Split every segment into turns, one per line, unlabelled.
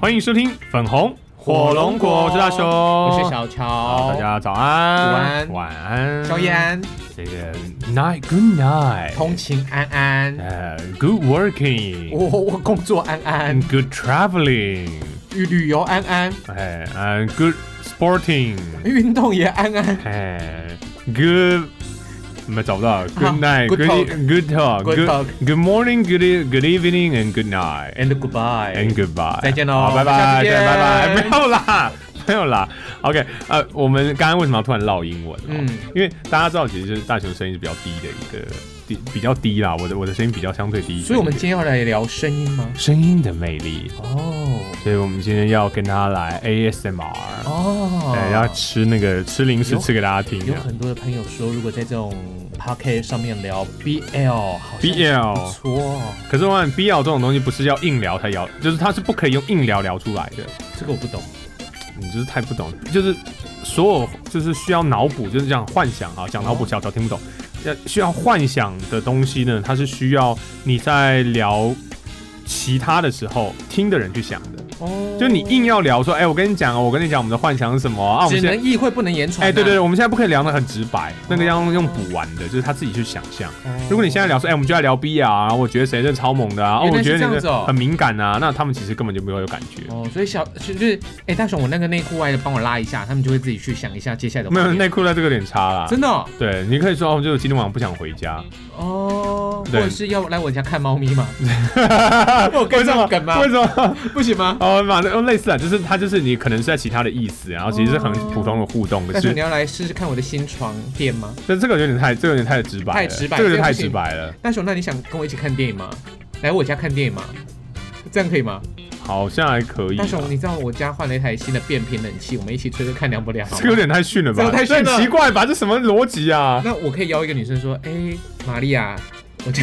欢迎收听粉红火龙果，我是大雄，
我是
我
小乔，
大家早安，
午安
晚安，
小野，安，
这个 night good night，
通勤安安，
呃，good working，
我我工作安安，
and good traveling，
旅旅游安安，
哎，and good sporting，
运动也安安。
哎，good。没找不到，Good
good
night，Good
talk
Good
Good talk
talk，Good morning，Good e- Good evening，and Good night。
And goodbye。
and goodbye，
再见喽
好拜拜，
下次见
拜拜， 没有啦，没有啦。OK，呃，我们刚刚为什么要突然唠英文？嗯
嗯，
因为大家知道，其实就是大雄声音是比较低的一个低，比较低啦。我的我的声音比较相对低一点点，
所以我们今天要来聊声音吗？
声音的魅力，
哦
所以我们今天要跟他来 ASMR，
哦，
对，哎要吃那个吃零食
有
吃给大家听
有很多的朋友说，如果在这种 podcast 上面聊 BL，好像不
BL，
错哦，
可是我看 BL 这种东西不是要硬聊才聊，就是它是不可以用硬聊聊出来的。
这个我不懂。
你就是太不懂，就是所有就是需要脑补，就是这样幻想啊，讲脑补小乔听不懂，要需要幻想的东西呢，它是需要你在聊其他的时候听的人去想的，
哦
就你硬要聊嗯说，哎、我跟你讲哦，我跟你讲我们的幻想是什么啊，我们
只
现
能
在。
意会不能言传啊。
哎、对对对，我们现在不可以聊得很直白，那个要用用补完的，就是他自己去想象。
哦
如果你现在聊说，哎、我们就要聊 B 啊，我觉得谁是超猛的啊，哦，
原
我
来是
觉得
这
你
样子
的
哦
很敏感啊，那他们其实根本就没有有感觉。
哦，所以小就就是哎、大雄，我那个内裤外的帮我拉一下，他们就会自己去想一下接下来的
没
画
有
面。
内裤在这个有点差啦。
真的哦
对，你可以说哦，就是今天晚上不想回家。
哦，或
对
者是要来我家看猫咪吗？ 我
为
跟
什
上
么？
梗吗
为什么？
不行吗？
哦，反正类似啊，就是它就是你可能是在其他的意思，然后其实是很
哦
普通的互动，可
但是你
是
要来试试看我的新床垫吗？
但这个有点太，这个有点太直白了，
太直白
这个有点
这个
太
不行
直白了，
大雄，那你想跟我一起看电影吗？来我家看电影吗？这样可以吗？
好像还可以啊
大。雄，你知道我家换了一台新的变频冷气，我们一起吹吹看凉不凉？好 吗
这个有点太逊了吧？
这个太逊了
这很奇怪吧？这什么逻辑啊？
那我可以邀一个女生说，哎、玛利亚，我家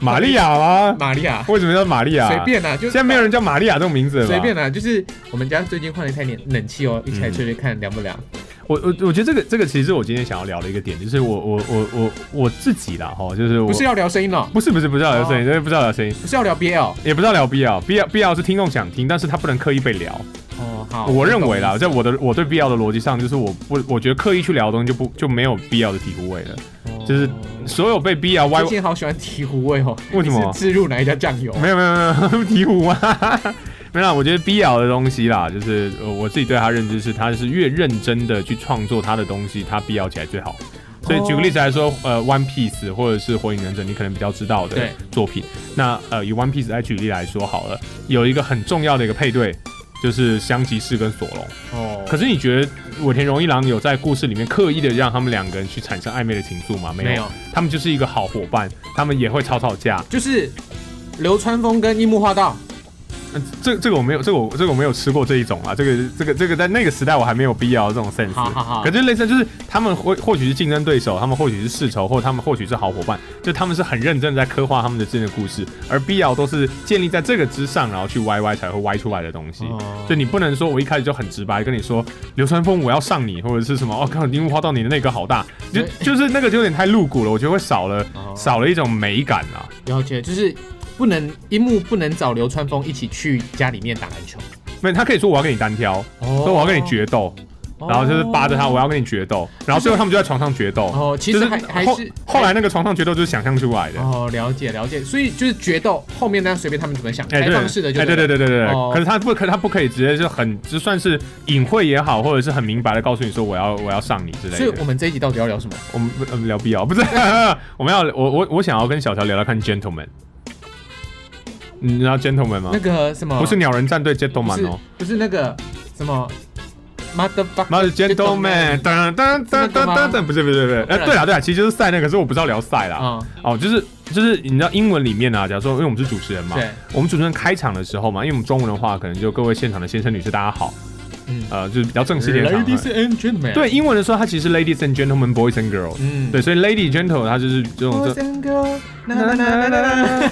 玛利亚吗？
玛利亚，
为什么叫玛利亚？
随。便啊啦、就
现在没有人叫玛利亚这种名字了吧。
随便啦、啊就是我们家最近换了一台冷冷气哦，一起来吹吹看凉不凉？
我我我觉得这个这个其实是我今天想要聊的一个点，就是我我我我我自己啦哈，就是我
不是要聊哦声音哦，
不是不是不是要聊声音，真的不是要聊声音，
不是要聊 BL
也不知道聊 BL，BL BL, BL 是听众想听，但是他不能刻意被聊。
哦。好，
我认为啦，
懂
在我的我对 BL 的逻辑上，就是我不我觉得刻意去聊的东西就不就没有 BL 的体醐味了。
了
就是所有被 BL 歪
最近好喜欢提壶味哦，
为什么
你是置入哪一家酱油？
没有没有没有没有体醐啊， 没有啦，我觉得 BL 的东西啦，就是呃我自己对他认知是，他是越认真的去创作他的东西，他 BL 起来最好。所
哦
以举个例子来说，呃，《One Piece》或者是《火影忍者》，你可能比较知道的
对
作品。那呃，以《One Piece》来举例来说好了，有一个很重要的一个配对，就是香吉士跟索隆。
哦，
可
是
是你觉得尾田荣一郎有在故事里面刻意的让他们两个人去产生暧昧的情愫吗？没有，
没有
他们就是一个好伙伴，他们也会吵吵架。
就是流川枫跟樱木花道
嗯、这这个我没有，这个我这个我没有吃过这一种啊，这个这个这个在那个时代我还没有必要这种 sense。
好好好
可是类似就是他们或或许是竞争对手，他们或许是世仇，或他们或许是好伙伴，就他们是很认真地在刻画他们的之间的故事，而必要都是建立在这个之上，然后去歪歪才会歪出来的东西。
哦
就你不能说我一开始就很直白跟你说流川枫我要上你，或者是什么哦，靠，樱木花道你的那个好大，就就是那个就有点太露骨了，我觉得会少了
哦
少了一种美感啊。
了解，就是不能樱木不能找流川枫一起去家里面打篮球，
没有，他可以说我要跟你单挑，
哦
说我要跟你决斗，然后就是扒着他，我要跟你决斗，然后最后他们就在床上决斗。
哦，其
就
实
是
还还
后
是
后来那个床上决斗就是想象出来的。
哦，了解了解，所以就是决斗后面呢随便他们怎么想，
哎，
开
对，
放式的就
哎，对对
对
对对对。
哦
可是他不可，他不可以直接就很，就算是隐晦也好，或者是很明白的告诉你说我要我要上你之
了，
类
所以
的
我。们这一集到底要聊什么？
我们不呃聊必要，不是，我们要我我我想要跟小乔聊聊看 gentleman，你知道 gentleman 吗
那？个什么
不是鸟人战队 gentleman 哦，
不是那个什么 mother fuck，
妈的 gentleman，噔噔噔噔噔噔，不是不是不是，哎，对啦对啦，其实就是赛那个，可是我不知道聊赛啦。
啊，
哦，就是就是你知道英文里面啊，假如说因为我们是主持人嘛，
对，
我们主持人开场的时候嘛，因为我们中文的话，可能就各位现场的先生女士大家好，
嗯
呃，就是比较正式一点的场合
Ladies and gentlemen，
对，英文的时候它其实 ladies and gentlemen, boys and girls，、
嗯
对，所以 lady gentle 它就是这种这。
and girls，啦啦啦啦啦啦，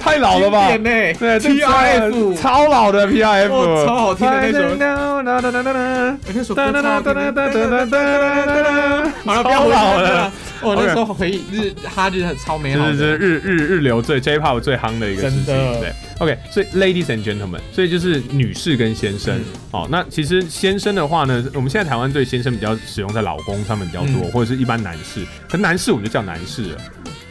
太老了吧？
经典呢
对这
P R
超
F
超老的 P R F，
哦超好听的那首
那首。
那首歌
哒哒哒哒哒哒哒哒哒哒哒，
好了，不
超
要
老
老
了
了，我那时候回忆日哈日超美好
这
的，
是这是日日日流最 J-pop 最夯的一个事情。
真的
对，OK，所以 ladies and gentlemen，所以就是女士跟先生。
嗯
哦，那其实先生的话呢，我们现在台湾对先生比较使用在老公上面比较多，
嗯
或者是一般男士。可男士我们就叫男士了，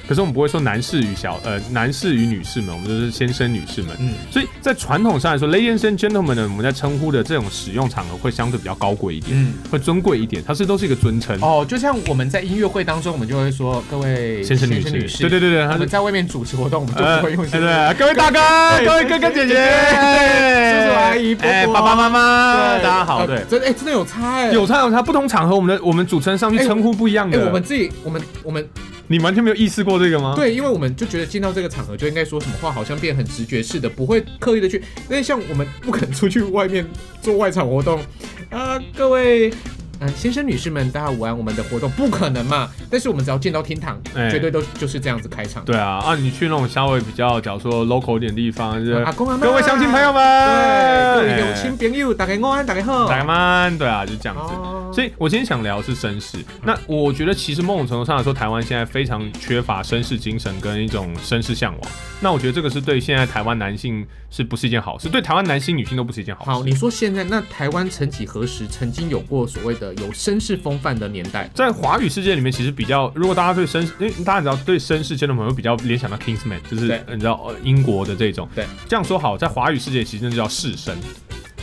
可是我们不会说男士与小呃男士与女士们，我们就是先生女士们。
嗯
所以在传统上来说，ladies and gentlemen 呢，我们在称呼的这种使用场合会相对比较高贵一点，
嗯。
会尊贵一点，它是都是一个尊称。
哦，就像我们在音乐会当中，我们就会说各位
先生女士，
女士，
对对对对，
我
它是
们在外面主持活动，我 们就
呃，
不会用
哎
先生。
对，各位大哥、各位哥哥姐姐、
对叔叔阿姨
哎
伯伯啊
爸爸妈妈，
对
大家好，
呃
对，
真哎真的有差哎，
有差有差，不同场合我们的我们主持人上去
哎
称呼不一样
哎，
的。
我们自己我们我们
你完全没有意识过这个吗？，
对，因为我们就觉得进到这个场合就应该说什么话，好像变很直觉似的，不会刻意的去。但是像我们不肯出去外面做外场活动，啊、各位。嗯，先生、女士们，大家午安。我们的活动不可能嘛，但是我们只要进到厅堂，
哎
绝对都就是这样子开场。
对啊啊！你去那种稍微比较，假如说 local 一点地方，就是
嗯阿公阿妈，
各位乡亲朋友们，
对，各位
哎
有亲朋友，大家午安，大家好，
大家们，对啊，就这样子。
哦
所以我今天想聊的是绅士。那我觉得其实某种程度上来说，台湾现在非常缺乏绅士精神跟一种绅士向往。那我觉得这个是对现在台湾男性是不是一件好事？对台湾男性、女性都不是一件好事。
好，你说现在那台湾曾几何时曾经有过所谓的有绅士风范的年代？
在华语世界里面，其实比较，如果大家对绅士，因为大家知道对绅士真的会比较联想到 Kingsman，就是
对
呃你知道呃英国的这种。
对，
这样说好，在华语世界其实那就叫士绅。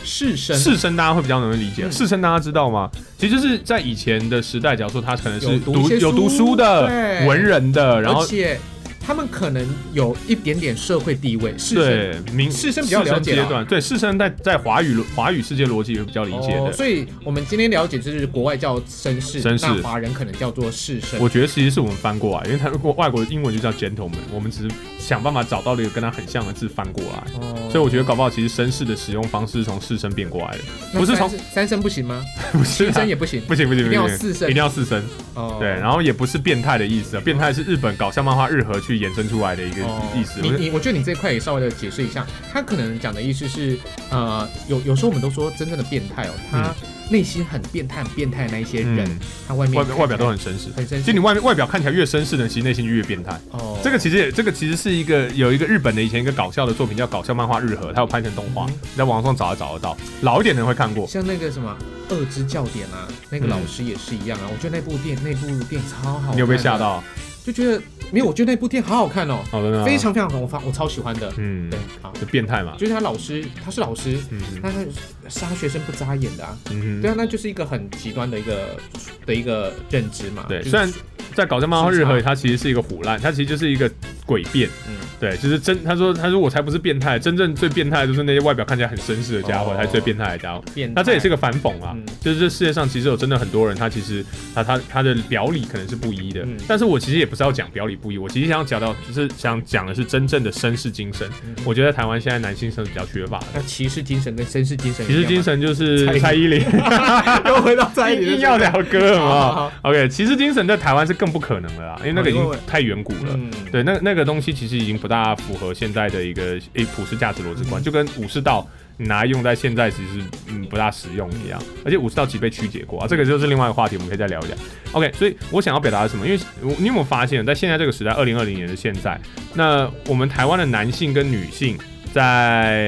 士绅
士绅大家会比较能理解，
嗯
士绅大家知道吗？其实就是在以前的时代，假如说他可能是
有读一
读
些
有读
书
书的
对
文人的，然后
而且他们可能有一点点社会地位，是
对
是
民
士绅比较了解啊啦
阶段，对士绅在在华语华语世界逻辑也比较理解的。
哦所以我们今天了解就是国外叫绅士，
绅士
那华人可能叫做士绅。
我觉得其实是我们翻过来，因为他如果外国的英文就叫 gentleman，我们只是想办法找到了一个跟他很像的字翻过来。
哦
所以我觉得搞不好其实绅士的使用方式是从士绅变过来的，
那
不是
三
从
三声不行吗？
不是
一
啊
声也不行。
不行不行，
一定要
不行
四绅
一定要四声。
哦
对，然后也不是变态的意思啊，变态是日本搞笑漫画日和去衍生出来的一个
哦
意思。
你
我是
你，我觉得你这一块也稍微的解释一下，他可能讲的意思是，呃，有有时候我们都说真正的变态哦，他内心很变态、很变态的那一些人，
嗯
他外面
外
看起来
外表都很绅士，
很绅
就
士
你外面外表看起来越绅士的人，其实内心就越变态。
哦
这个其实也，这个其实是一个有一个日本的以前一个搞笑的作品叫搞笑漫画日和，它有拍成动画，
嗯
你在网上找也找得到，老一点的人会看过。
像那个什么《恶之教典》啊，那个
嗯
老师也是一样啊。我觉得那部电那部电影超好看的啊
你有被吓？到？
就觉得没有，我觉得那部电影好好看哦，
好的呢，
非常非常好，我发我超喜欢的。
嗯
对，，好，
就变态嘛，
就是他老师，他是老师，
嗯
那他杀学生不眨眼的啊。
嗯
对
哼，
啊，那就是一个很极端的一个的一个认知嘛。
对，
就是
虽然在搞笑漫画日
是
和，
差
它其实是一个虎烂，它其实就是一个诡辩，
嗯
对，就是真，他说他说我才不是变态，真正最变态的就是那些外表看起来很绅士的家伙，
哦
才是最变态的家伙。
变态，
那这也是个反讽啊，
嗯
就是这世界上其实有真的很多人，他其实他他他的表里可能是不一的，
嗯
但是我其实也不是要讲表里不一，我其实想讲到就是想讲的是真正的绅士精神。
嗯
我觉得台湾现在男性是比较缺乏的，
那骑士精神跟绅士精神一
其实
样吗，
精神就是
蔡依林
蔡依林，
又回到 在
硬要聊歌
好
嘛
好好。
OK，其实精神在台湾是更不可能的啦，因为那个已
哦因
经
为
太远古了。
嗯，
对，那那个东西其实已经不大符合现在的一个诶普世价值逻辑观，就跟武士道你拿来用在现在其实嗯不大实用一样，而且武士道其实被曲解过啊，这个就是另外一个话题，我们可以再聊一聊。OK，所以我想要表达的是什么？因为我你有没有发现，在现在这个时代，二零二零年的现在，那我们台湾的男性跟女性在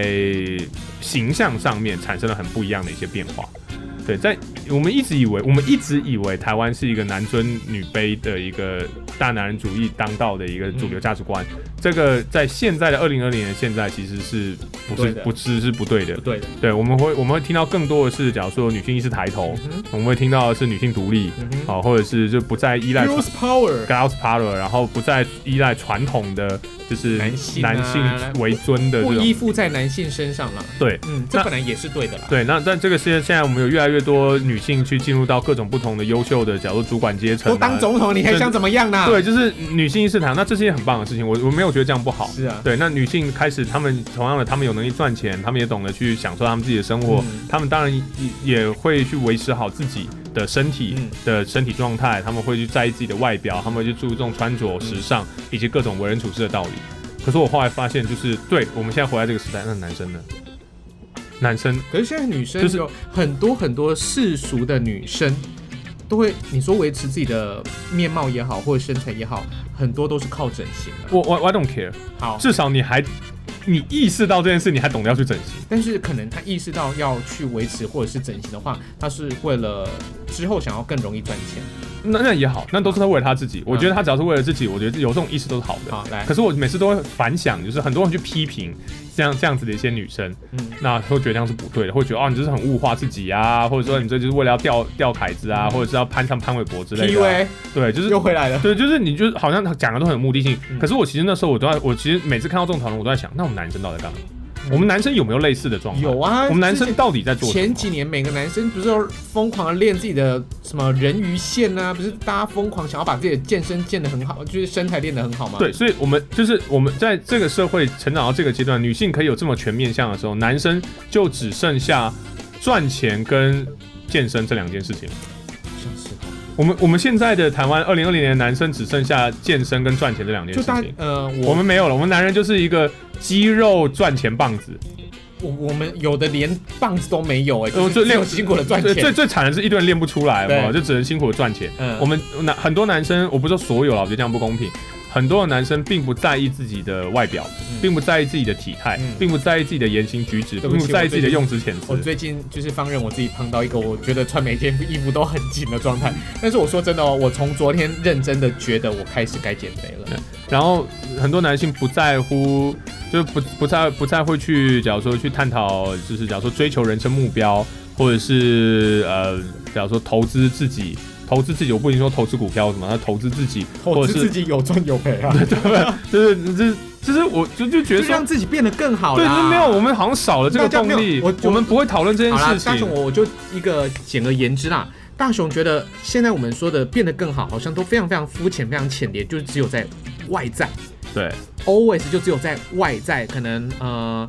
形象上面产生了很不一样的一些变化。对，在我们一直以为，我们一直以为台湾是一个男尊女卑的一个大男人主义当道的一个主流价值观。
嗯
这个在现在的二零二零年的现在，其实是不是
不对的
不是是不对的
不。对的，
对，我们会我们会听到更多的是，假如说女性意识抬头，
嗯
我们会听到的是女性独立，
嗯哼
好、或者是就不再依赖
，Girls Power，
girls power，然后不再依赖传统的就是
男性啊
男性为尊的
不
这
依
种。
附在男性身上了。
对
嗯，这
那
本来也是对的啦。
对，那但这个世界现在我们有越来越多女性去进入到各种不同的优秀的，假如主管阶层、啊，
都当啊总统，你还想怎么样呢？
对，，就是女性意识堂，那这是一件很棒的事情，我我没有觉得这样不好。
是啊，
对，那女性开始，她们同样的，她们有能力赚钱，她们也懂得去享受她们自己的生活，
嗯
她们当然也也会去维持好自己的身体、
嗯
的身体状态，她们会去在意自己的外表，她们会去注重穿
嗯
着、时尚以及各种为人处事的道理。可是我后来发现，就是对我们现在活在这个时代，那男生呢？男生
可是现在女生
就是
有很多很多世俗的女生，都会你说维持自己的面貌也好，或者身材也好，很多都是靠整形啊的。
我我 I don't care，
好，
至少你还你意识到这件事，你还懂得要去整形。
但是可能他意识到要去维持或者是整形的话，他是为了之后想要更容易赚钱。
那那也好，那都是他为了他自
嗯
己。我觉得他只要是为了自己，我觉得有这种意识都是好的。
好，来
可，是我每次都会反想，就是很多人去批评这样这样子的一些女生，
嗯，
那会觉得这样是不对的，会觉得哦你就是很物化自己啊，或者说你这就是为了要吊吊凯子啊，
嗯
或者是要攀上潘玮柏之类
P
的啊、
V
对，就是
又回来了。
对，就是你就是好像他讲的都很有目的性。
嗯
可是我其实那时候我都在，我其实每次看到这种讨论，我都在想，那我们男生到底在干嘛？
嗯
我们男生有没有类似的状况？
有啊，
我们男
之
生
前
到底在做什
前
么？
几年每个男生不是都疯狂的练自己的什么人鱼线啊，不是大家疯狂想要把自己的健身健得很好，就是身材练得很好吗？
对，，所以我们就是我们在这个社会成长到这个阶段，女性可以有这么全面向的时候，男生就只剩下赚钱跟健身这两件事情。
像是哦。
我们我们现在的台湾二零二零年的男生只剩下健身跟赚钱这两件
就
事
大
情。
呃，
我
我
们没有了，我们男人就是一个肌肉赚钱棒 子，
我我们有的连棒子都没有哎、
呃
欸，就
最
是练辛苦的赚
对，最
钱。
最惨的是一顿练不出来，有没有
对
就只能辛苦的赚钱。
嗯
我们男很多男生，我不说所有了，我觉得这样不公平。很多的男生并不在意自己的外表，
嗯
并不在意自己的体态，
嗯
并不在意自己的言行举止，
对
并
不起
不在意自己的用词遣
我
词。
最近就是放任我自己胖到一个我觉得穿每件衣服都很紧的状态，但是我说真的哦，我从昨天认真的觉得我开始该减肥了。
然后
嗯
很多男性不在乎，就是不不在不再会去，假如说去探讨，就是假如说追求人生目标，或者是呃，假如说投资自己，投资自己，我不一定说投资股票什么，他投资自己，
我
或
是
者
自
是
己有赚有赔啊，
就是就是就是我就就觉
就
得说
让自己变得更好
对，
啦。
就是没有，我们好像少了这个
大家
动
没有
力，
我
我
就
们不会讨论这件
好啦
事，
大雄，
情。
我我就一个简而言之啦。大雄觉得现在我们说的变得更好，好像都非常非常肤浅、非常浅碟，就是只有在外在
对，
，always 就只有在外在，可能呃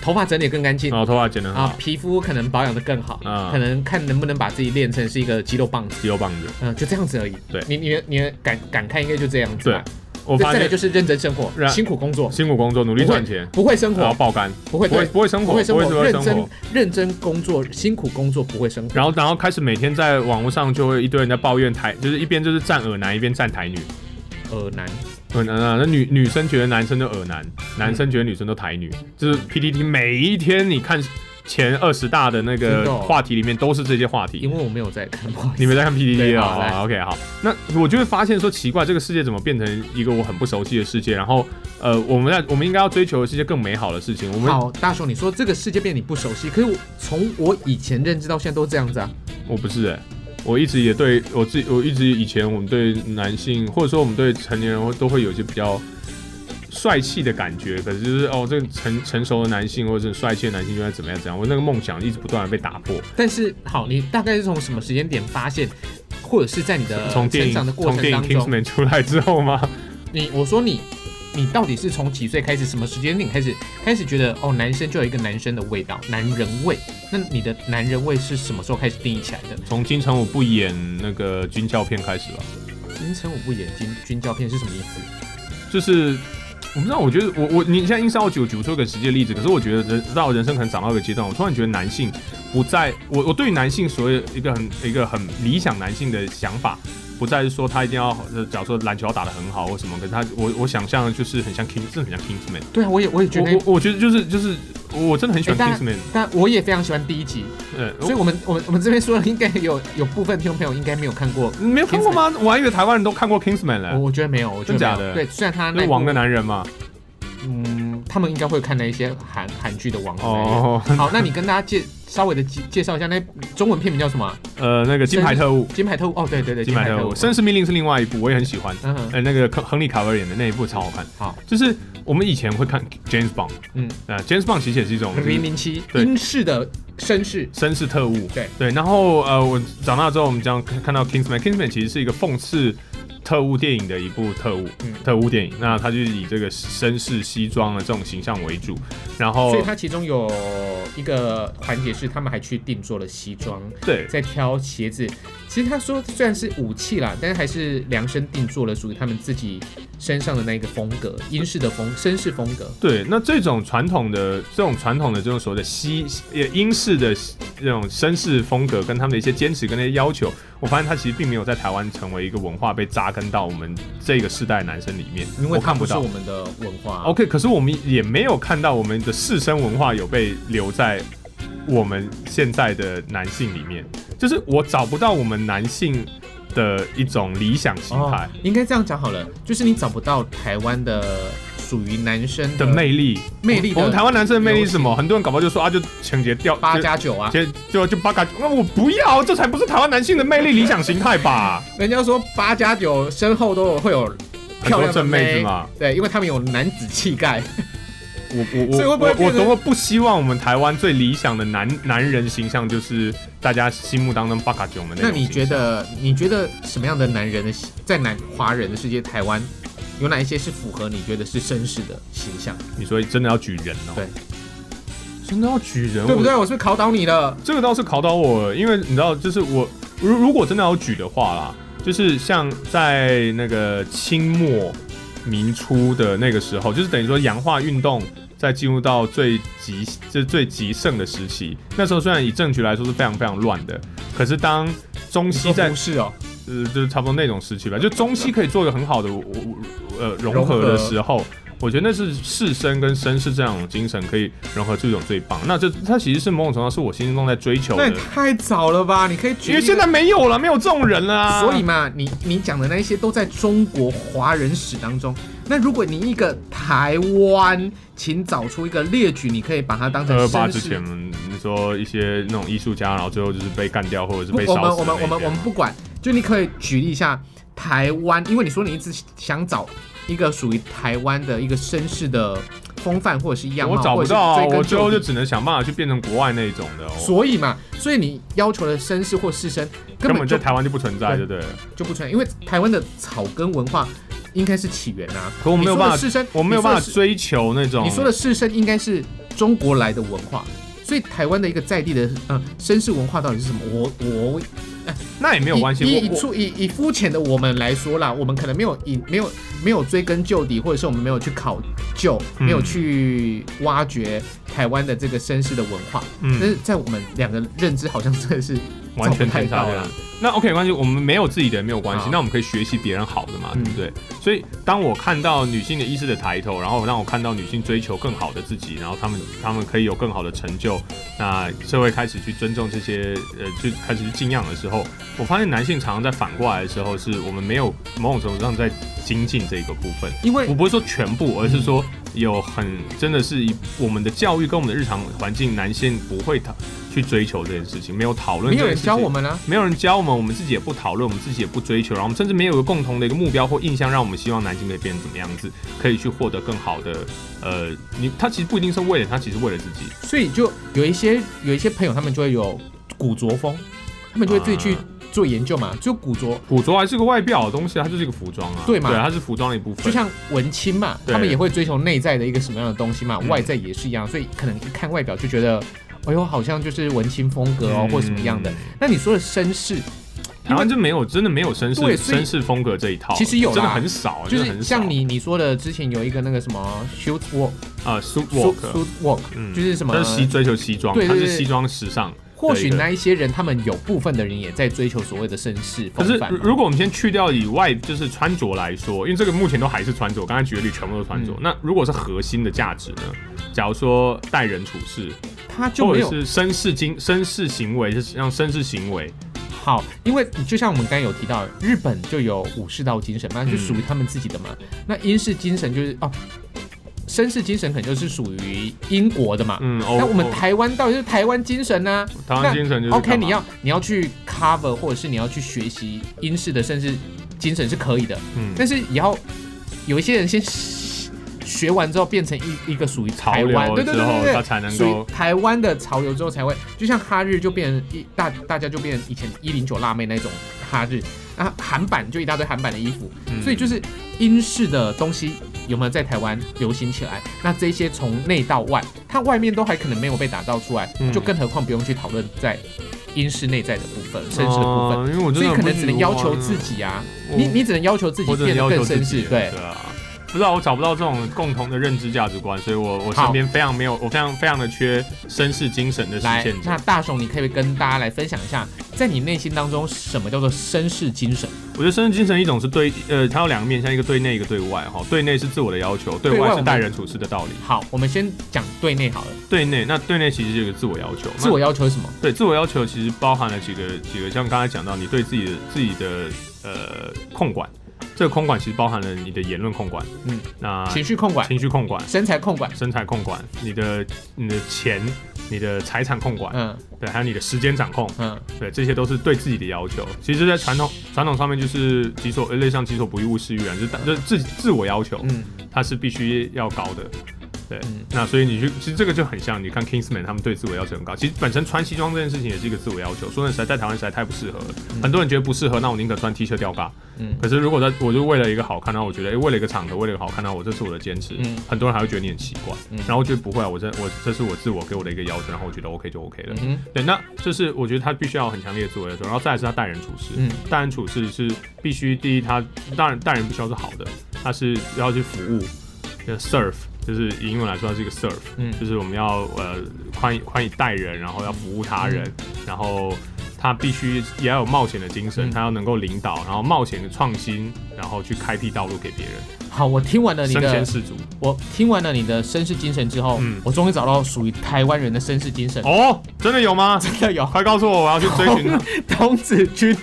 头发整理得更干净
然后头发剪得很
啊
好，，
皮肤可能保养的更好，
啊
可能看能不能把自己练成是一个肌肉棒子，
肌肉棒子。
嗯、就这样子而已。
对
你你的你的感感慨应该就这样子吧。
我
再
发
再来
现
就是认真生活，
然
辛苦工作，
辛苦工作，努力赚钱，
不会生
然后
活，
爆肝，
不会
不会
对，
不会生活，
不会生
不
活，
会
认
生
真
活。
认真工作，辛苦工作不会生活。
然后，然后开始每天在网络上就会一堆人在抱怨台，就是一边就是站耳男，一边站台女。
耳男，
耳男啊，那女女生觉得男生的耳男，男生觉得女生都台女，就是 PPT 每一天你看前二十大的那
真的
个
哦
话题里面都是这些话题。
因为我没有在看， 不好意 思
你们在看 PPT
对
啊、
好来
好 o k 好。那我就会发现说，奇怪，这个世界怎么变成一个我很不熟悉的世界？然后，呃，我们在我们应该要追求的是一些更美好的事情。我们
好，大雄，你说这个世界变你不熟悉，可是我从我以前认知到现在都这样子啊。
我不是哎、我一直也对我自己，我一直以前我们对男性，或者说我们对成年人都会有一些比较帅气的感觉，可是就是哦，这个成成熟的男性或者是帅气的男性就该怎么样怎么样，我那个梦想一直不断的被打破。
但是好，你大概是从什么时间点发现，或者是在你的
从电
成
影
长的过
从
程
电影
当中，
Kingsman 出来之后吗？
你我说你，你到底是从几岁开始，什么时间点开始开始觉得哦，男生就有一个男生的味道，男人味？那你的男人味是什么时候开始定义起来的？
从金城武不演那个军教片开始吧。
金城武不演军军教片是什么意思？
就是我不知道，我觉得我我你现在硬是要我举举出一个实际的例子，可是我觉得人到人生可能长到一个阶段，我突然觉得男性不再我我对于男性所谓一个很一个很理想男性的想法，不再是说他一定要，呃假如说篮球要打得很好或什么，可是他我我想象的就是很像 King，真的很像 Kingsman。
对啊，我也我也觉得
我，我我觉得就是就是我真的很喜欢
哎大
Kingsman，、
但我也非常喜欢第一集，
呃，
所以我们我们我们这边说的应该有有部分听众朋友应该没有看过，
我没有看过吗？我还以为台湾人都看过 Kingsman
我
嘞，
我觉得没有，我觉得
啊真假
没有
的
对，虽然他
那
那
是
部
王的男人嘛。
嗯，他们应该会看那一些韩韩剧的网红。
哦，
好，那你跟大家介稍微的介介绍一下，那中文片名叫什么啊？
呃，那个金牌特务，
金牌特务。哦，对对对，
金牌特务，绅士命令是另外一部，我也很喜欢。
嗯哼，
呃，那个亨亨利卡维尔演的那一部超好看。
好，
就是我们以前会看 James Bond，
啊嗯，
呃，James Bond 其实也是一种就是
零零七，
嗯对
英式的绅士。
绅士特务。
对
对，然后呃，我长大之后，我们将看到 Kingsman，Kingsman 其实是一个讽刺特务电影的一部特务、
嗯
特务电影。那它就是以这个绅士西装的这种形象为主，然后
所以它其中有一个环节是他们还去定做了西装，
对
在挑鞋子。其实他说虽然是武器啦，但是还是量身定做了属于他们自己身上的那一个风格，英式的风，绅士风格。
对，那这种传统的这种传统的这种所谓的西也英式的这种绅士风格，跟他们的一些坚持跟那些要求，我发现它其实并没有在台湾成为一个文化被扎根到我们这个世代的男生里面，
因为
我
它
看
不
不
是
到
我。们的文化。
OK，可是我们也没有看到我们的士绅文化有被留在我们现在的男性里面，就是我找不到我们男性的一种理想形态
哦、应该这样讲好了，就是你找不到台湾的属于男生
的魅力。
魅力的
我们台湾男生的魅力是什么？很多人搞不好就说啊，就情节掉
八加九啊，
就就就八嘎，那哦我不要，这才不是台湾男性的魅力理想形态吧？
人家说八加九身后都有会有
很
漂
多
亮的
正妹子
妹，
嘛，
对，因为他们有男子气概。
我我
所以
我
会不会
我我
变成
多么不希望我们台湾最理想的男男人形象就是大家心目当中八嘎囧的那
那
种。
你觉？得你觉得什么样的男人的在男华人的世界，台湾有哪一些是符合你觉得是绅士的形象，
你说真的要举人哦？
对，
真的要举人，
对不
我
对？我是不是考倒你了？
这个倒是考倒我了，因为你知道，就是我如如果真的要举的话啦，就是像在那个清末民初的那个时候，就是等于说洋化运动在进入到最极就是最极盛的时期。那时候虽然以政局来说是非常非常乱的，可是当中
你
西
说
在
不是哦，
呃就是差不多那种时期吧，就中西可以做一个很好的我我我呃融合的时候。我觉得那是士绅跟绅士这两种精神可以融合出一种最棒。那这它其实是某种程度上是我心中在追求
那
的
也。太早了吧？你可以
因
举一
为
个
现在没有了，没有这种人了、啊。
所以嘛，你你讲的那一些都在中国华人史当中。那如果你一个台湾，请找出一个列举，你可以把它当成
二二八
绅
之
士
前，你说一些那种艺术家，然后最后就是被干掉或者是
不
被烧
我
死
们
的
我们我
那
们
一些
我们不管，就你可以举例一下台湾，因为你说你一直想找一个属于台湾的一个绅士的风范或者是样貌，
我找
或
不
者是
到啊，
追根
我最后
究
就
底
只能想办法去变成国外那一种的、哦，
所以嘛，所以你要求的绅士或士绅根
根
本
本
就
在台湾就不存在，对不对？
就不存在，因为台湾的草根文化应该是起源啊。
可我没有
你说的
办法，
士绅，
我没有
你说
办
的
法
士
追求那种。
你说的士绅应该是中国来的文化，所以台湾的一个在地的呃绅士文化到底是什么？我我
那也没
没
有关系，
以以
我我
出以以肤浅的我们来说啦，我们可能没有以没有没有追根究底，或者是我们没有去考究，
嗯
没有去挖掘台湾的这个绅士的文化。但
嗯
是在我们两个认知好像真的是
完全
太
偏差
到
这
了
样。。那 OK 没关系，我们没有自己的也没有关系
好，
那我们可以学习别人好的嘛，
嗯
对不对？所以当我看到女性的意识的抬头，然后让我看到女性追求更好的自己，然后她们她们可以有更好的成就，那社会开始去尊重这些呃，就开始去敬仰的时候，我发现男性常常在反过来的时候，是我们没有某种程度上在精进这个部分。
因为
我不是说全部，而是说有很真的是以我们的教育跟我们的日常环境，男性不会讨去追求这件事情，没有讨论。
没有人教我。们啊，
没有人教我们，我们自己也不讨论，我们自己也不追求，然后我们甚至没有一个共同的一个目标或印象，让我们希望男性可以变成怎么样子，可以去获得更好的。呃，你他其实不一定是为了他，其实为了自己。
所以就有一些有一些朋友他们就会有古着风，他们就会自己去
啊
做研究嘛，就古着。
古着还是个外表的东西，它就是一个服装啊，
对嘛
它是服装的一部分。
就像文青嘛，
对
他们也会追求内在的一个什么样的东西嘛，
嗯
外在也是一样，所以可能一看外表就觉得，哎呦，好像就是文青风格哦，
嗯
或什么样的。那你说的绅士，
台湾就没有，真的没有绅士
对所以
绅士风格这一套，
其实有啦
真的很少，啊
就
真的
是
很少
像你你说的，之前有一个那个什么 shoot walk
啊，suit walk，
shoot shoot walk，
嗯
就是什么
他是西追求西装，
对对
他
对
是西装时尚。
或
对
许
对
那一些人，他们有部分的人也在追求所谓的绅士
可
风
是
范
如
嘛。
如果我们先去掉以外，就是穿着来说，因为这个目前都还是穿着，刚才举的例全部都是穿着。
嗯
那如果是核心的价值呢？假如说待人处事，
他就
或
没
者
有
是绅士经绅士行为，就是让绅士行为，
好，因为就像我们刚才有提到，日本就有武士道精神嘛，就属于他们自己的嘛。那英式精神就是哦，绅士精神可能就是属于英国的嘛。
嗯，
那
哦，
我们
哦
台湾到底是台湾精神呢、
台湾精神就是
OK，
干嘛
你要你要去 cover 或者是你要去学习英式的甚至精神是可以的，
嗯
但是也要有一些人先学学完之后变成一一个属于
潮
台
流
湾，对对
之
对
后，
对
他
对。
才能
属
够
于台湾的潮流之后才会，就像哈日就变成一大，大家就变成以前一零九辣妹那种哈日，啊韩版就一大堆韩版的衣服，
嗯
所以就是英式的东西有没有在台湾流行起来？那这些从内到外，它外面都还可能没有被打造出来，
嗯
就更何况不用去讨论在英式内在的部分、绅士的部分。
哦因为我
所
真
以
的
可
不
能
是
只能要求
我
自己啊，
我
你你只能要求自己
我只能
变得
哦要
更
求自
绅
己
士，
了
对，
对啊。不知道我找不到这种共同的认知价值观，所以我我
好
身边非常没有，我非常非常的缺绅士精神的实
来
践，
那
者。
大雄，你可以跟大家来分享一下，在你内心当中，什么叫做绅士精神？
我觉得绅士精神一种是对，呃，它有两个面向，一个对内，一个对外。哈，对内是自我的要求，对
对外
外
我
是
们
待人处事的道理。
好，我们先讲对内好了。
对内，那对内其实是一个自我要求。那
自我要求是什么？
对自我要求其实包含了几个几个，像刚才讲到，你对自己的自己的呃控管，这个控管其实包含了你的言论控管，
嗯，
那
情绪控管、
情绪控管、
身材控管。
身材控管、你的你的钱、你的财产控管，
嗯
对，还有你的时间掌控，
嗯，
对，这些都是对自己的要求。其实，在传统传统上面，就是己所呃类似像己所不欲，勿施于人，就是就是自自我要求，
嗯，
它是必须要高的。对，
嗯
那所以你去，其实这个就很像，你看 Kingsman 他们对自我要求很高。其实本身穿西装这件事情也是一个自我要求。说真的，实在在台湾实在太不适合了。
嗯
很多人觉得不适合，那我宁可穿 T 恤吊嘎。
嗯
可是如果在，我就为了一个好看，那我觉得，诶，哎为了一个场合，为了一个好看，那我这是我的坚持。
嗯
很多人还会觉得你很奇怪，
嗯
然后我觉得不会啊，我这我这是我自我给我的一个要求，然后我觉得 OK 就 OK 了。
嗯哼
对，那就是我觉得他必须要有很强烈的自我要求，然后再来是他待人处事。
嗯
待人处事是必须第一，他当然待人必须要是好的，他是要去服务，就是 serve，就是以英文来说，它是一个 serve，
嗯
就是我们要呃宽以宽以待人，然后要服务他人，然后他必须也要有冒险的精神，
嗯
他要能够领导，然后冒险的创新，然后去开辟道路给别人，
好，我听完了你
身
的
先，士卒。
我听完了你的绅士精神之后，
嗯
我终于找到属于台湾人的绅士精神。
哦，真的有吗？
真 的有
快告诉我，我要去追寻
哦
他。
童子军，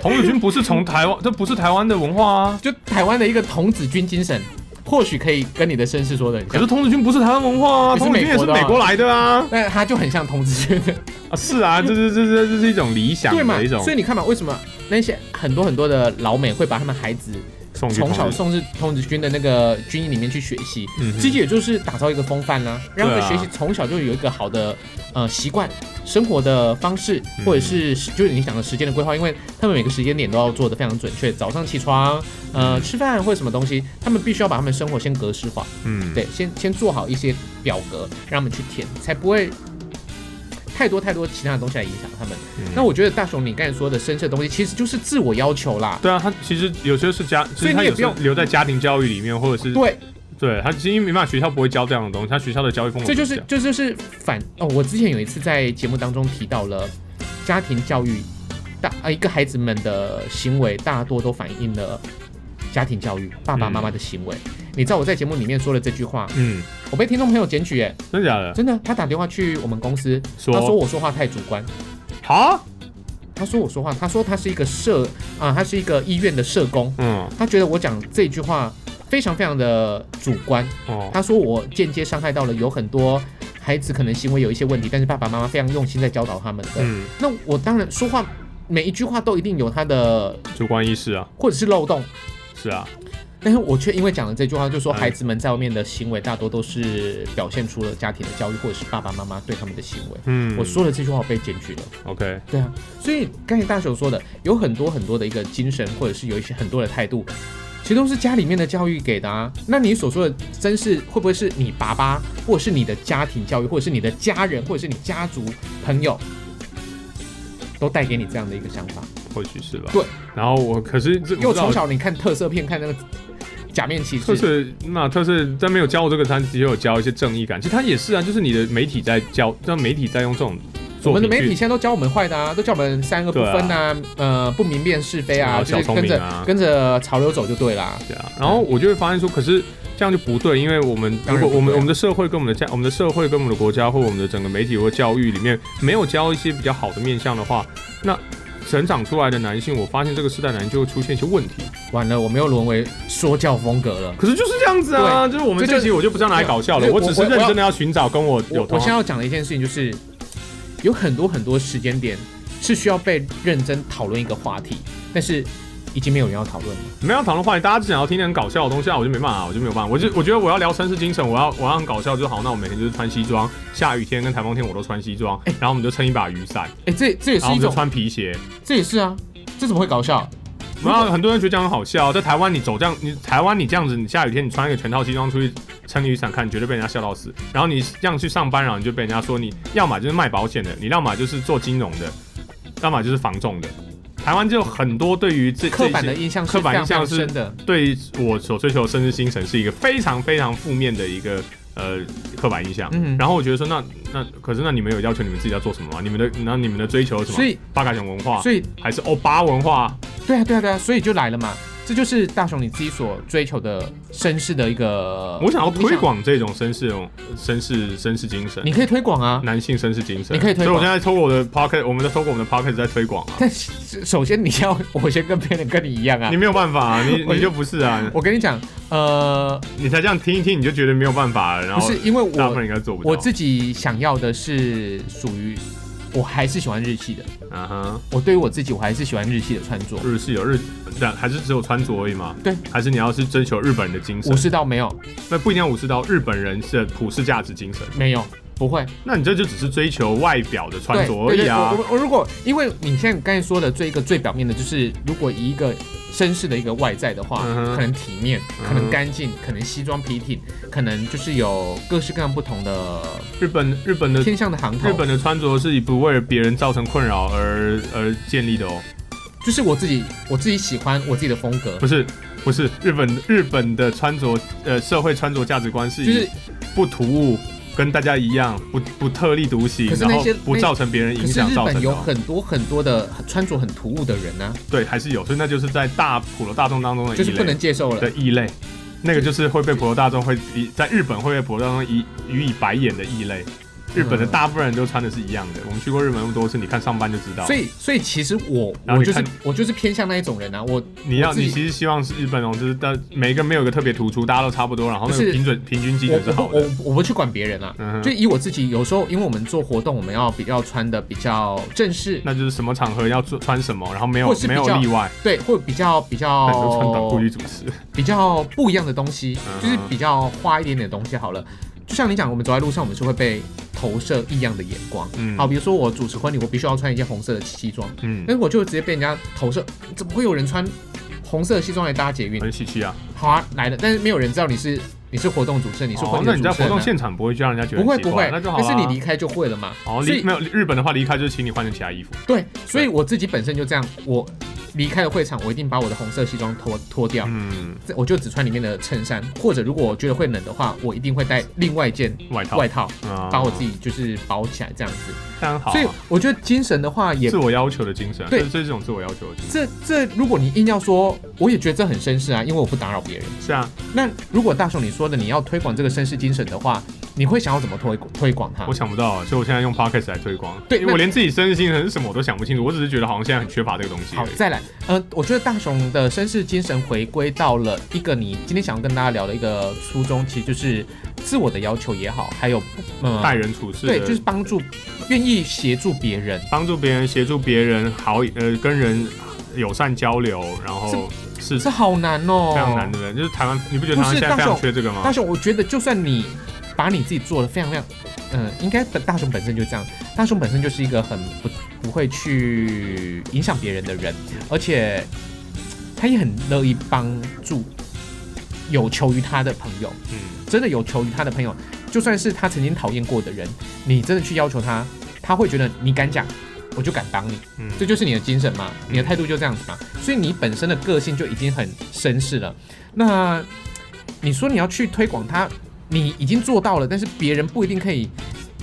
童子军不是从台湾，这不是台湾的文化啊。
就台湾的一个童子军精神，或许可以跟你的绅士说的很
可
像
是，童子军不是台湾文化啊，
也是
童子军也是美
美
国
国
来的啊。
但他就很像童子军的
啊，是啊，这是这是这是一种理想
对嘛
的一？种
所以你看嘛，为什么那些很多很多的老美会把他们孩子
送去
从
童
小
子
送至童子军的那个军营里面去学习？
嗯哼
其实也就是打造一个风范啦、让他们
对啊
学习从小就有一个好的呃习惯、生活的方式，
嗯
或者是时就是你讲的时间的规划，因为他们每个时间点都要做的非常准确，早上起床，呃，吃饭或者什么东西，他们必须要把他们生活先格式化，
嗯，
对，先先做好一些表格，让他们去填，才不会太多太多其他的东西来影响他们。
嗯
那我觉得大雄你刚才说的深色东西，其实就是自我要求啦。
对啊，他其实有些是家，其
所以
实
你
他
也
有时候
不
留在家庭教育里面，或者是
对，
对他其实因为没办法，学校不会教这样的东西，他学校的教育风格
这就
这
是
样
这就是反哦。我之前有一次在节目当中提到了家庭教育，大呃一个孩子们的行为大多都反映了家庭教育，爸爸妈妈的行为。你知道我在节目里面说了这句话，
嗯，
我被听众朋友检举，哎，
真的假的？
真的，他打电话去我们公司，他说
说
我说话太主观，
好，
他说我说话，他说他是一个社啊、他是一个医院的社工，
嗯
他觉得我讲这句话非常非常的主观，
哦，
他说我间接伤害到了有很多孩子可能行为有一些问题，但是爸爸妈妈非常用心在教导他们的。
嗯，
那我当然说话每一句话都一定有他的
主观意识啊，
或者是漏洞，
是啊，
但是我却因为讲了这句话，就说
嗯
孩子们在外面的行为大多都是表现出了家庭的教育或者是爸爸妈妈对他们的行为。
嗯，
我说了这句话，我被检举了。
OK，
对啊，所以刚才大雄说的，有很多很多的一个精神，或者是有一些很多的态度，其实都是家里面的教育给的啊。那你所说的真是会不会是你爸爸，或者是你的家庭教育，或者是你的家人，或者是你家族朋友，都带给你这样的一个想法？
或许是吧。
对，
然后我可是这
因为我
我知道
从小你看特色片，看那个假面骑
特
士，
色那特色，但没有教我这个，他只有教一些正义感。其实他也是啊，就是你的媒体在教，让媒体在用这种
我
作
们
品
的媒体
去
现在都教我们坏的啊，都教我们三个不分啊，呃，不明辨是非
然
啊，
后
就
小
是
聪
跟
明
着、
啊
跟着潮流走就对啦。
对啊，然后我就会发现说，可是这样就不对，因为我们
当
如果
然
我
不
们
对啊
我们的社会跟我们的家、我们的社会跟我们的国家或我们的整个媒体或教育里面没有教一些比较好的面向的话，那成长出来的男性，我发现这个时代男性就会出现一些问题。
完了，我们又沦为说教风格了。
可是就是这样子啊，就是我们
这就
这集我就不是要拿来搞笑了，
对
我只是
我我
认真的要寻找跟我有啊
我我
同
现在要讲的一件事情就是，有很多很多时间点是需要被认真讨论一个话题，但是已经没有人要讨论了。
没有讨论话题，大家只想要听点很搞笑的东西啊，我就没办法，我就没有办法，我就我觉得我要聊绅士精神，我要我要很搞笑就好，那我每天就是穿西
哎
装，下雨天跟台风天我都穿西装，然后我们就撑一把雨伞，
哎、这这也
然
是
后我
一
们就
种，
穿皮鞋。
这也是啊，这怎么会搞笑？
然后很多人觉得这样很好笑，在台湾你走这样，你台湾你这样子，你下雨天你穿一个全套西装出去撑雨伞看，你绝对被人家笑到死。然后你这样去上班，然后你就被人家说你要么就是卖保险的，你要么就是做金融的，要么就是房仲的，台湾就很多对于这
刻板
这
的
一些
印象是
刻
非
板
常
印
非常
象
深
是
的。
对我所追求的生日精神是一个非常非常负面的一个呃刻板印象。
嗯
然后我觉得说那那可是那你们有要求你们自己要做什么吗？你们的然后你们的追求是什么？
所以
八嘎熊文化，
所以
还是欧巴文化？
对啊，对啊，对啊，所以就来了嘛。这就是大雄你自己所追求的绅士的一个，
我想要推，广这种绅士绅士绅士精神
你。可以推广啊。
男性绅士精神，
你可以推
所
广
以我现在透过我的 pocket，我们在透过我们的 pocket 在推广啊。
但是首先你要，我先跟别人跟你一样啊
你。没有办法、啊，你
我
你就不是啊，
我跟你讲，呃，
你才这样听一听，你就觉得没有办法了，然
不
后
是因为
大部分
我
人应该做不到。
我自己想要的是属于，我还是喜欢日系的。
啊哈，
我对于我自己，我还是喜欢日系的穿着。
日系有日，但还是只有穿着而已嘛。
对，
还是你要是追求日本人的精神
武，士道没有，
那不一定要武士刀，日本人是普世价值精神，
没有，不会。
那你这就只是追求外表的穿
对
着而已啊
对对。我我我如果因为你现在刚才说的最一个最表面的，就是如果以一个绅士的一个外在的话，
嗯哼
可能体面，
嗯哼
可能干净，可能西装笔挺，可能就是有各式各样不同的
日本日本的
偏向的行头。
呃日本的穿着是以不为别人造成困扰而而建立的哦，
就是我自己我自己喜欢我自己的风格
不，是不是日本日本的穿着呃社会穿着价值观是
就是
以不突兀。跟大家一样，不不特立独行
可，是
然
那
后
些
不
那
造成别人
可
影
是
响，
日
造
本
成的
有
哦
很多很多的穿着很突兀的人呢、啊
对，还是有，所以那就是在大普罗大众当中的异类，
就是不能接受了。
的异类，那个就是会被普罗大众会以在日本会被普罗大众以予以白眼的异类。日
嗯
本的大部分人都穿的是一样的，我们去过日本那么多次，你看上班就知道。
所以，所以其实我
哦然后
我
你
就是
看
我就是偏向那一种人啊，我
你要
我自己
你其实希望是日本哦，就是但每一个没有一个特别突出，大家都差不多，然后那
不
个
是
平准平均基
我
准是好
我我
的。
不我不去管别人啊，
嗯
就
哼，
以我自己，有时候因为我们做活动，我们要比较穿的比较正式，
那就是什么场合要做穿什么，然后没
或
有
是比
没有
较哦
例外，
对，或比较比
那你就穿短裤
较
去主持。
比较不一样的东西，
嗯
就是比较花一点点的东西好了。就像你讲，我们走在路上，我们是会被投射异样的眼光。
嗯
好，比如说我主持婚礼，我必须要穿一件红色的西装，
嗯，
但是我就直接被人家投射，怎么会有人穿红色的西装来搭捷运？
很喜气啊。
好啊，来了，但是没有人知道你是你是活动主持人，你是
哦
婚，礼
那
的主
你
持人
在活
啊、
动现场不会就让人家觉得
不会
很奇
不
怪
会，
那就好
但是你
啦
离开就会了嘛。
哦，
所
离
以
没有日本的话，离开就是请你换成其他衣服。
对，所以我自己本身就这样，我离开了会场，我一定把我的红色西装脱脱掉，
嗯，
这我就只穿里面的衬衫，或者如果我觉得会冷的话，我一定会带另外一件
外套，
外套，
啊
把我自己就是包起来这样子。
当然好啊，
所以我觉得精神的话也
自。我要求的精神，啊
对
这这是一种自我要求的精神。
这这，如果你硬要说，我也觉得这很绅士啊，因为我不打扰别人。
是啊，
那如果大雄你说的你要推广这个绅士精神的话，你会想要怎么推广推广它
我？想不到，啊所以我现在用 podcast 来推广。
对
因为我
那
连自己生日精神是什么我都想不清楚，我只是觉得好像现在很缺乏这个东西而
好，
已。
再来，呃，我觉得大雄的绅士精神回归到了一个你今天想要跟大家聊的一个初衷，其实就是自我的要求也好，还有呃，
待人处事的，
对，就是帮助，愿意协助别人，
帮助别人、协助别人、好呃跟人友善交流，然后是
这好难哦，
非常难的，对不对就是台湾，你不觉得台湾
不是
现在非
大
常
雄
缺这个吗
大？雄，我觉得就算你把你自己做的非常非常，呃，应该本大雄本身就这样，大雄本身就是一个很不不会去影响别人的人，而且他也很乐意帮助有求于他的朋友。
嗯，
真的有求于他的朋友，就算是他曾经讨厌过的人，你真的去要求他，他会觉得你敢讲，我就敢帮你，
嗯
这就是你的精神嘛，你的态度就这样子嘛，所以你本身的个性就已经很绅士了。那你说你要去推广他，你已经做到了，但是别人不一定可以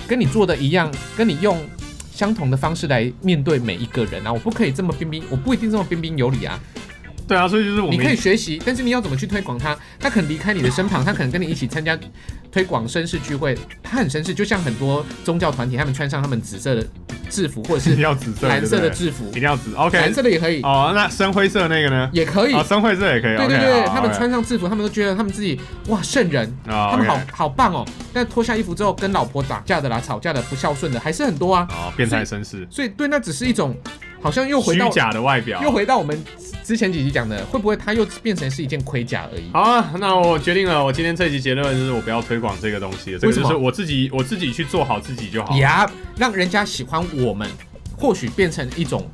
跟你做的一样，跟你用。相同的方式来面对每一个人啊，我不可以这么彬彬，我不一定这么彬彬有礼啊。
对啊，所以就是我
你可以
们
学习，但是你要怎么去推广它？他可能离开你的身旁，他可能跟你一起参加推广绅士聚会，他很绅士，就像很多宗教团体，他们穿上他们紫色的制服或者是
要紫色，
蓝 色
对
的
不对
制服
一，定要紫。
蓝
OK，
色的也可以，
哦，那深灰色那个呢？
也可以
哦，。深灰色也可以。
对对
OK，
对，
好
他们
OK
穿上制服，他们都觉得他们自己哇圣人，
哦
他们
OK
好好棒哦。但脱下衣服之后，跟老婆打架的啦、吵架的、不孝顺的还是很多啊。
哦，变态绅士，
所以对，那只是一种好像又回
虚
到
假的哦外表，
又回到我们之前几集讲的，会不会它又变成是一件盔甲而已？
好啊，那我决定了，我今天这集结论就是我不要推广这个东西了，这个
为什
就
么
是我自己我自己去做好自己就好。
呀，让人家喜欢我们，或许变成一种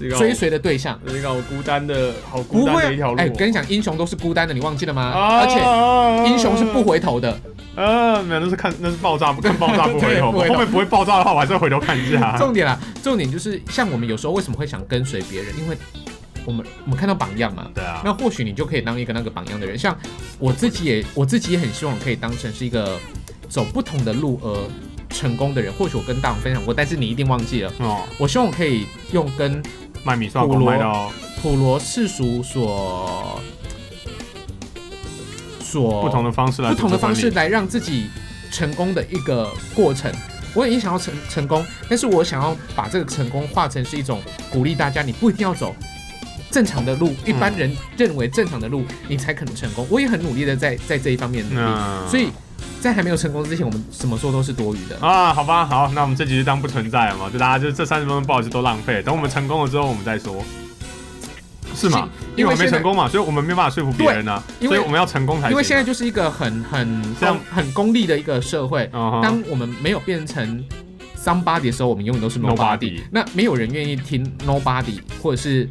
这个
追随的对象。
这个好孤单的好
不
孤单
会啊哎
的一条，路。
跟你讲，英雄都是孤单的，你忘记了吗？
啊
而且英雄是不回头的，
呃，没有，那是看那是爆 炸，不看爆炸不回头。
对不回头
后面不会爆炸的话，我还是回头看一 下。
重点啦，重点就是像我们有时候为什么会想跟随别人，因为我们我们看到榜样嘛。
对啊，
那或许你就可以当一个那个榜样的人，像我自己也我自己也很希望我可以当成是一个走不同的路而成功的人。或许我跟大王分享过，但是你一定忘记了。
哦，
我希望我可以用跟
卖米刷
普
锅
罗
卖到
普罗世俗所所
不同的方式来
不同的方
组
式
织婚礼
来让自己成功的一个过程。我也想要成成功，但是我想要把这个成功化成是一种鼓励大家，你不一定要走正常的路，一般人认为正常的路，你才可能成功。我也很努力的在在这一方面努力，
嗯，
所以在还没有成功之前，我们怎么做都是多余的。
啊，好吧，好，那我们这集就当不存在了嘛，就大家就这三十分钟不好意思都浪费，等我们成功了之后我们再说，是吗？
是
因
因
为我
为
们没
现在
成功嘛，所以我们没有办法说服别人啊，
对因
所
为
以我们要成功才行。
因为现在就是一个很很
这样
很很功利的一个社会，
嗯哼，
当我们没有变成 somebody 的时候，我们永远都是
Nobody
nobody。那没有人愿意听 nobody，或者是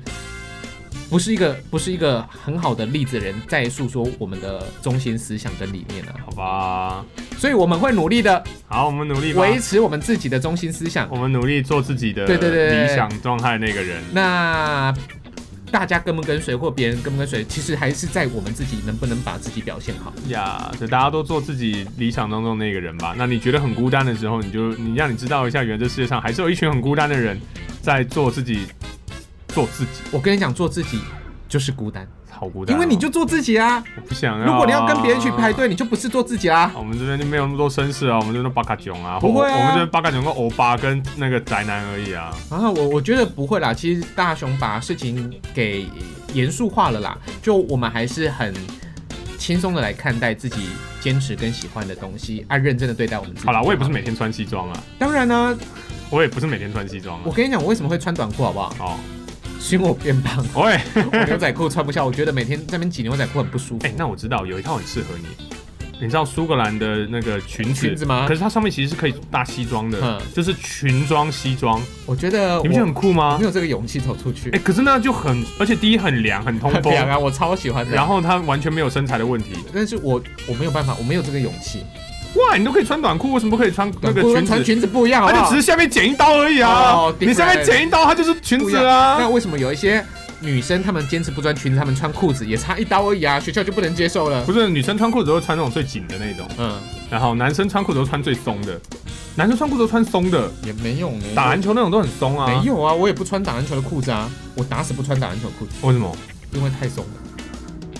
不是一个不是一个很好的例子的人在诉说我们的中心思想跟理念啊。
好吧，
所以我们会努力的
好，我们努力吧，
维持我们自己的中心思想
我。们努力做自己的
对对对对
理想状态那个人。
那大家跟不跟随，或别人跟不跟随，其实还是在我们自己能不能把自己表现好。
呀所以大家都做自己理想当中那个人吧。那你觉得很孤单的时候，你就你让你知道一下，原来这世界上还是有一群很孤单的人在做自己，做自己，
我跟你讲，做自己就是孤单，
好孤单哦、
因为你就做自己啊。
我不想要啊、
如果你要跟别人去排队，你就不是做自己啊啦。
啊我们这边就没有那么多绅士啊，我们这边都巴卡囧啊，
不会啊
我们这边巴卡囧跟欧巴跟那个宅男而已啊。
然后我我觉得不会啦，其实大雄把事情给严肃化了啦，就我们还是很轻松的来看待自己坚持跟喜欢的东西，啊，认真的对待我们自己。
好啦，我也不是，每天穿西装啊，
当然呢、
我也不是每天穿西装
我
啊。
跟你讲，我为什么会穿短裤好不好？
哦，
是因为我变胖，
喂，哎、
我牛仔裤穿不下，我觉得每天在那边挤牛仔裤很不舒服。
那我知道有一套很适合你，你知道苏格兰的那个裙子
裙子吗
可是它上面其实是可以搭西装的，
嗯
就是裙装西装，
我觉得我
你不觉得很酷
我
吗
没？有这个勇气 走出去
哎、，可是那就很，而且第一很凉，很通
很
风，
凉啊，我超喜欢的。
然后它完全没有身材的问题。
但是我我没有办法，我没有这个勇气。
哇，你都可以穿短裤，为什么不可以穿那
短
个
裤跟
裙子
穿？裙子不一样，好
它
不
就
好
只？是下面剪一刀而已啊！
哦
你下面
different
剪一刀，它就是裙
不一
子
样那
啊！
为什么有一些女生她们坚持不穿裙子，她们穿裤子也差一刀而已啊？学校就不能接受了。
不是，女生穿裤子都会穿那种最紧的那种，
嗯，
然后男生穿裤子都穿最松的，男生穿裤子都穿松的，
也没用呢
打篮球那种都很松啊。
没有啊，我也不穿打篮球的裤子啊，我打死不穿打篮球裤子，
为什么
因为太松了，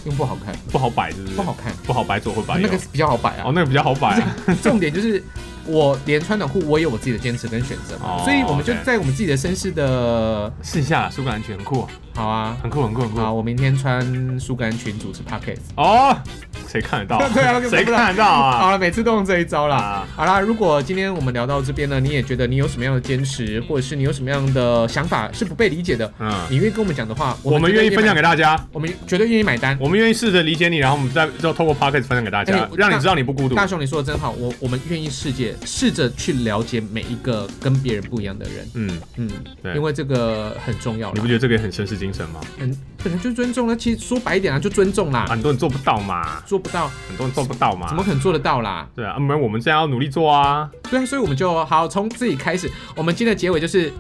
因为不好看，
不好摆？是不是
不好看，
不好摆左或摆
那
右
个？是比较好摆
哦，
啊。
那个比较好摆啊。
重点就是我连穿短裤，我也有我自己的坚持跟选择嘛，
哦
所以我们就
OK
在我们自己的绅士的
试一下苏格兰裙，很酷啊，
好啊。
很酷，很酷，很
好，
酷。
我明天穿速干裙主持 podcast。
哦，谁看得到
？对啊那个
谁看得到
好
啊？
了，每次都用这一招啦。
啊
好啦，如果今天我们聊到这边呢，你也觉得你有什么样的坚持，或者是你有什么样的想法是不被理解的，
嗯，
你愿意跟我们讲的话，
我们愿意分享给
给，
大家，
我们绝对愿意买单。
我们愿意试着理解你，然后我们再就透过 p o c k e t 分享给大
哎
家，
我
让你知道你不孤独。
大雄，你说的真好，我我们愿意世界试着去了解每一个跟别人不一样的人，
嗯，
嗯，
对
因为这个很重要
你
啦
不觉得这个也很绅士精神吗？
很本来就尊重了，其实说白一点啊，就尊重啦，
很多人做不到嘛，
做不到
很多人做不到嘛。
怎么可能做得到啦？
对啊，啊没有，我们这样要努力做啊，
对啊，所以我们就好从自己开始，我们今天的结尾就是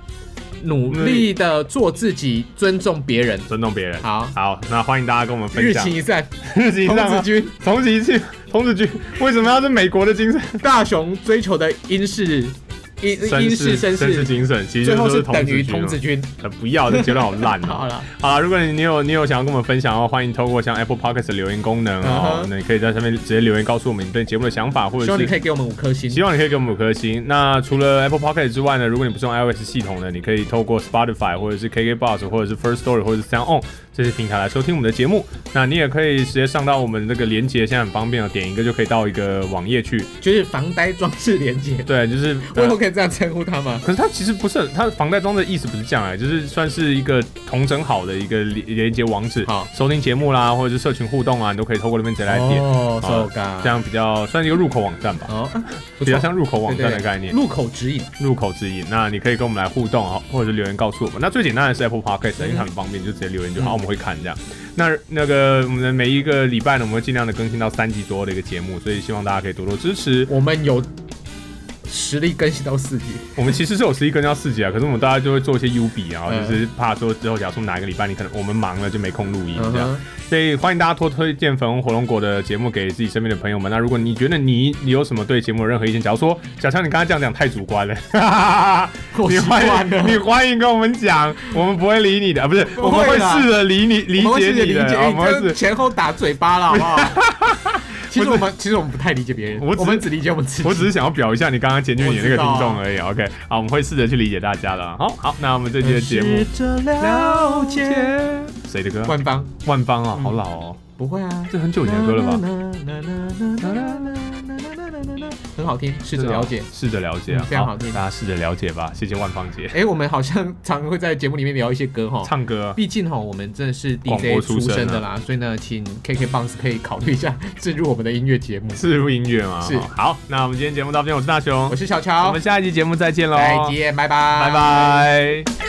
努力的做自己，尊重别人。
尊重别人。
好，
好，那欢迎大家跟我们分
日
享
行一善，
日期
童
上
子
啊，
军，
童子军，童子军为什么要是美国的精神？
大雄追求的英式英英式绅
绅士
士，
精神，其实
最后
就是是
等于童
童
子
子军
军。
啊。呃不要，这结论好烂哦。
好了，
好啦，如果你你有你有想要跟我们分享的话，欢迎透过像 Apple Podcast 的留言功能哦
嗯哼
那你可以在上面直接留言告诉我们你对节目的想法，或
希望你
者
可
是。
以给我们五颗星
希。望你可以给我们五颗星。那除了 Apple Podcast 之外呢，如果你不是用 iOS 系统呢，你可以透过 Spotify 或者是 KKBox 或者是 First Story 或者是 Sound On 这些平台来收听我们的节目。那你也可以直接上到我们这个连接，现在很方便哦，点一个就可以到一个网页去。
就是防呆装置连接，
对，啊就是呃
我以后可以这样称呼他吗？
可是它其实不是很，它房贷装的意思不是这样哎、就是算是一个同整好的一个连连接网址，
好
收听节目啦，或者是社群互动啊，你都可以透过那边直接来点，
哦，
好啊
手嘎
这，样比较算是一个入口网站吧，
哦，啊不
比较
错，
像入口网站的
对对
概念，
入口指引。
入口指引。那你可以跟我们来互动啊，或者是留言告诉我们。那最简单的是 Apple Podcast，、
嗯
因为它很方便，你就直接留言就好，
嗯
我们会看这样。那呃那个我们的每一个礼拜呢，我们会尽量的更新到三集左右的一个节目，所以希望大家可以多多支持。
我们有实力更新到四级，
我们其实是有实力更到四集啊，可是我们大家就会做一
嗯
些 U 比啊，就是怕说之后假如说哪一个礼拜你可能我们忙了就没空录音
嗯
这样。
哼，
所以欢迎大家多推荐粉红火龙果的节目给自己身边的朋友们。那如果你觉得你你有什么对节目有任何意见，假如说小强你刚才这样讲太主观了，
我
你
习
欢
惯
迎
了，
你欢迎跟我们讲，我们不会理你的，啊不是，
不
我们
会
会
啦
试着理你理
我们会
解
试着
你的，啊我们
理解，哎
会
你这
试。
前后打嘴巴了，好不好？其实我们其实我们不太理解别人，
我只
我们只理解我们自己。
我只是想要表一下你刚刚检举你那个
我知道
听
啊
众而已。OK，好，我们会试着去理解大家的。好好，那我们这期的节目
着了解
谁的歌？
官方
万芳啊，
嗯
好老哦，
不会啊，
这很久以前的歌了吧？
很好听，试着了解。
试着了解啊，
嗯非常好听
大家试着了解吧。谢谢万芳姐，
哎，我们好像常会在节目里面聊一些歌哈。
唱歌啊
毕竟哈，我们真的是
广播
DJ
出
出
身啊
身的啦，所以呢，请 KK Box 可以考虑一下置入我们的音乐节目。
是录音乐吗？
是
好，那我们今天节目到这边，我是大雄
我，是小
我
乔
们，下一集节目再见喽，
再，见，拜拜，
拜。拜。